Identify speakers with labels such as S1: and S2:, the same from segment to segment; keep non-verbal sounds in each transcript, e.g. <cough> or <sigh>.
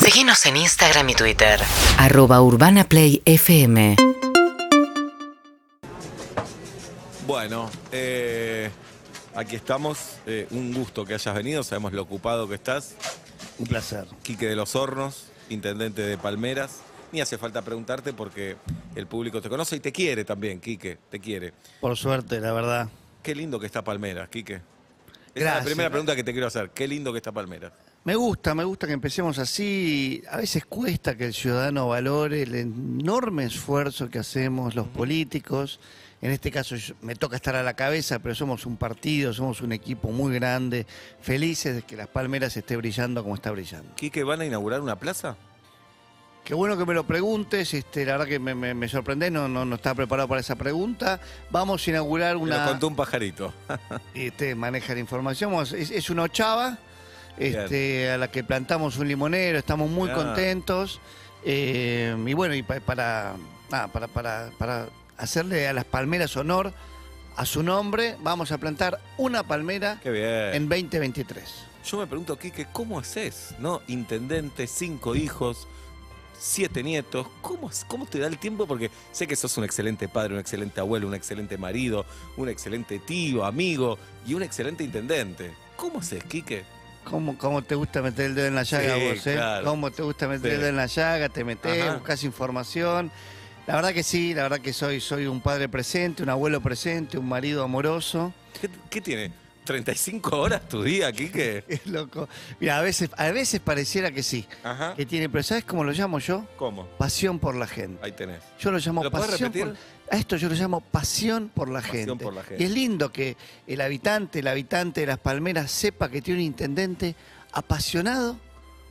S1: Seguinos en Instagram y Twitter.
S2: Arroba Urbana Play FM.
S3: Bueno, eh, aquí estamos. Eh, un gusto que hayas venido. Sabemos lo ocupado que estás.
S4: Un placer.
S3: Quique de los Hornos, intendente de Palmeras. Ni hace falta preguntarte porque el público te conoce y te quiere también, Quique. Te quiere.
S4: Por suerte, la verdad.
S3: Qué lindo que está Palmeras, Quique. Esa es la
S4: Gracias.
S3: primera pregunta que te quiero hacer. Qué lindo que está Palmeras.
S4: Me gusta, me gusta que empecemos así. A veces cuesta que el ciudadano valore el enorme esfuerzo que hacemos los políticos. En este caso yo- me toca estar a la cabeza, pero somos un partido, somos un equipo muy grande. Felices de que Las Palmeras esté brillando como está brillando.
S3: Quique, ¿van a inaugurar una plaza?
S4: Qué bueno que me lo preguntes, este, la verdad que me, me, me sorprendés, no, no, no estaba preparado para esa pregunta. Vamos a inaugurar
S3: Me
S4: una...
S3: lo contó un pajarito. <laughs>
S4: Este, maneja la información. Vamos, Es, es una ochava este, a la que plantamos un limonero, estamos muy
S3: Ah.
S4: contentos. Eh, y bueno, y pa- para, nada, para, para, para hacerle a las palmeras honor a su nombre, vamos a plantar una palmera
S3: Qué bien.
S4: en 2023.
S3: Yo me pregunto, Quique, ¿cómo haces? ¿No? Intendente, cinco hijos, siete nietos. ¿Cómo, ¿Cómo te da el tiempo? Porque sé que sos un excelente padre, un excelente abuelo, un excelente marido, un excelente tío, amigo y un excelente intendente. ¿Cómo haces, Quique?
S4: ¿Cómo, cómo te gusta meter el dedo en la llaga
S3: Sí,
S4: vos, eh?
S3: claro.
S4: ¿Cómo te gusta meter
S3: Sí.
S4: el dedo en la llaga? Te metés,
S3: Ajá.
S4: buscas información. La verdad que sí, la verdad que soy, soy un padre presente, un abuelo presente, un marido amoroso.
S3: ¿Qué, qué tiene? ¿35 horas tu día,
S4: <laughs>
S3: Quique?
S4: Es loco. Mira, a veces, a veces pareciera que sí,
S3: Ajá.
S4: que tiene, pero ¿sabes cómo lo llamo yo?
S3: ¿Cómo?
S4: Pasión por la gente.
S3: Ahí tenés.
S4: Yo lo llamo
S3: ¿Lo podés
S4: pasión por,
S3: repetir?
S4: a esto yo lo llamo pasión por la
S3: Pasión
S4: gente.
S3: por la gente.
S4: Y es lindo que el habitante, el habitante de Las Palmeras sepa que tiene un intendente apasionado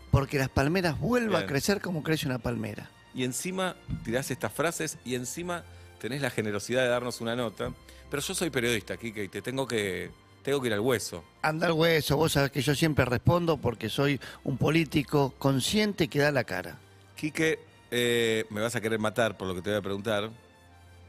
S4: porque las palmeras vuelvan
S3: Bien.
S4: a crecer como crece una palmera.
S3: Y encima tirás estas frases y encima tenés la generosidad de darnos una nota. Pero yo soy periodista, Quique, y te tengo que, tengo que ir al hueso.
S4: Anda el hueso, vos sabés que yo siempre respondo porque soy un político consciente que da la cara.
S3: Quique, eh, me vas a querer matar por lo que te voy a preguntar,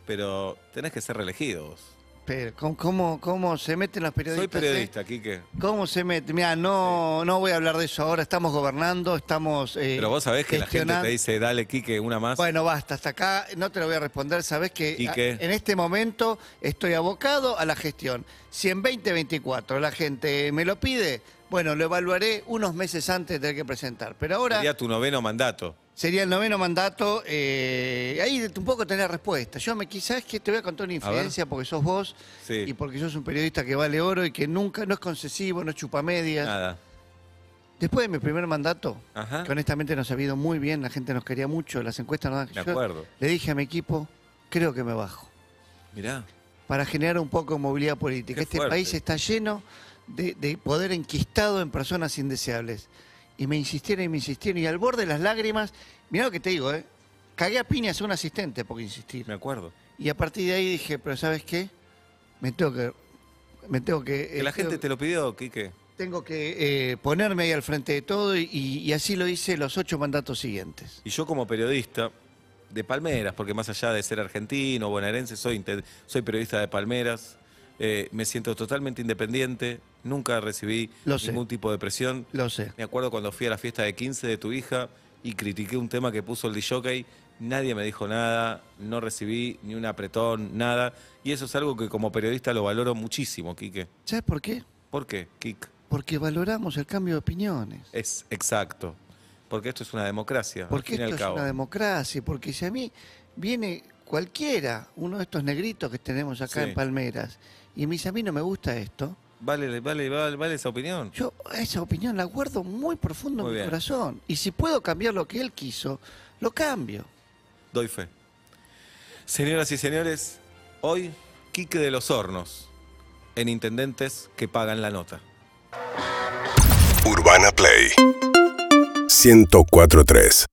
S3: pero tenés que ser reelegido vos.
S4: Pero, ¿cómo, cómo, cómo se meten los periodistas?
S3: Soy
S4: eh?
S3: periodista, Quique.
S4: ¿Cómo se mete? Mira, no, no voy a hablar de eso ahora. Estamos gobernando, estamos. eh,
S3: Pero vos sabés que la gente
S4: gestionando-
S3: te dice, dale, Quique, una más.
S4: Bueno, basta, hasta acá no te lo voy a responder. Sabés que
S3: ¿Y
S4: a-
S3: qué?
S4: en este momento estoy abocado a la gestión. Si en 2024 la gente me lo pide, bueno, lo evaluaré unos meses antes de tener que presentar. Pero ahora
S3: Sería tu noveno mandato.
S4: sería el noveno mandato. eh, ahí un poco tenés respuesta. Yo me quizás que te voy a contar una
S3: ver.
S4: infidencia porque sos vos
S3: Sí.
S4: y porque sos un periodista que vale oro y que nunca no es concesivo, no chupa medias.
S3: Nada.
S4: Después de mi primer mandato,
S3: Ajá.
S4: que honestamente nos ha ido muy bien, la gente nos quería mucho, las encuestas nos dan.
S3: Me
S4: yo
S3: acuerdo.
S4: Le dije a mi equipo, creo que me bajo,
S3: Mirá.
S4: para generar un poco de movilidad política.
S3: Qué
S4: este
S3: fuerte.
S4: país está lleno de, de poder enquistado en personas indeseables. Y me insistieron y me insistieron, y al borde de las lágrimas, mirá lo que te digo, ¿eh? Cagué a piñas a un asistente por insistir.
S3: Me acuerdo.
S4: Y a partir de ahí dije, pero ¿sabes qué? Me tengo que. Me tengo que.
S3: Que la
S4: eh, tengo
S3: gente te lo pidió, Quique.
S4: tengo que eh, ponerme ahí al frente de todo y, y- y así lo hice los ocho mandatos siguientes.
S3: Y yo como periodista de Palmeras, porque más allá de ser argentino, bonaerense, soy, inte- soy periodista de Palmeras, eh, me siento totalmente independiente, nunca recibí
S4: Lo sé.
S3: ningún tipo de presión.
S4: Lo sé.
S3: Me acuerdo cuando fui a la fiesta de 15 de tu hija y critiqué un tema que puso el DJ, nadie me dijo nada, no recibí ni un apretón, nada. Y eso es algo que como periodista lo valoro muchísimo, Quique.
S4: ¿Sabes por qué?
S3: ¿Por qué, Kik?
S4: Porque valoramos el cambio de opiniones.
S3: Es exacto. Porque esto es una democracia,
S4: Porque
S3: al fin y
S4: esto
S3: al
S4: es
S3: cabo.
S4: una democracia. Porque si a mí viene cualquiera, uno de estos negritos que tenemos acá
S3: Sí.
S4: en Palmeras, y me dice, a mí no me gusta esto,
S3: vale, vale, vale, vale esa opinión.
S4: yo esa opinión la guardo muy profundo
S3: Muy
S4: en mi
S3: bien.
S4: corazón. Y si puedo cambiar lo que él quiso, lo cambio.
S3: Doy fe. Señoras y señores, hoy Quique de los Hornos, en Intendentes que pagan la nota.
S5: Urbana Play 1043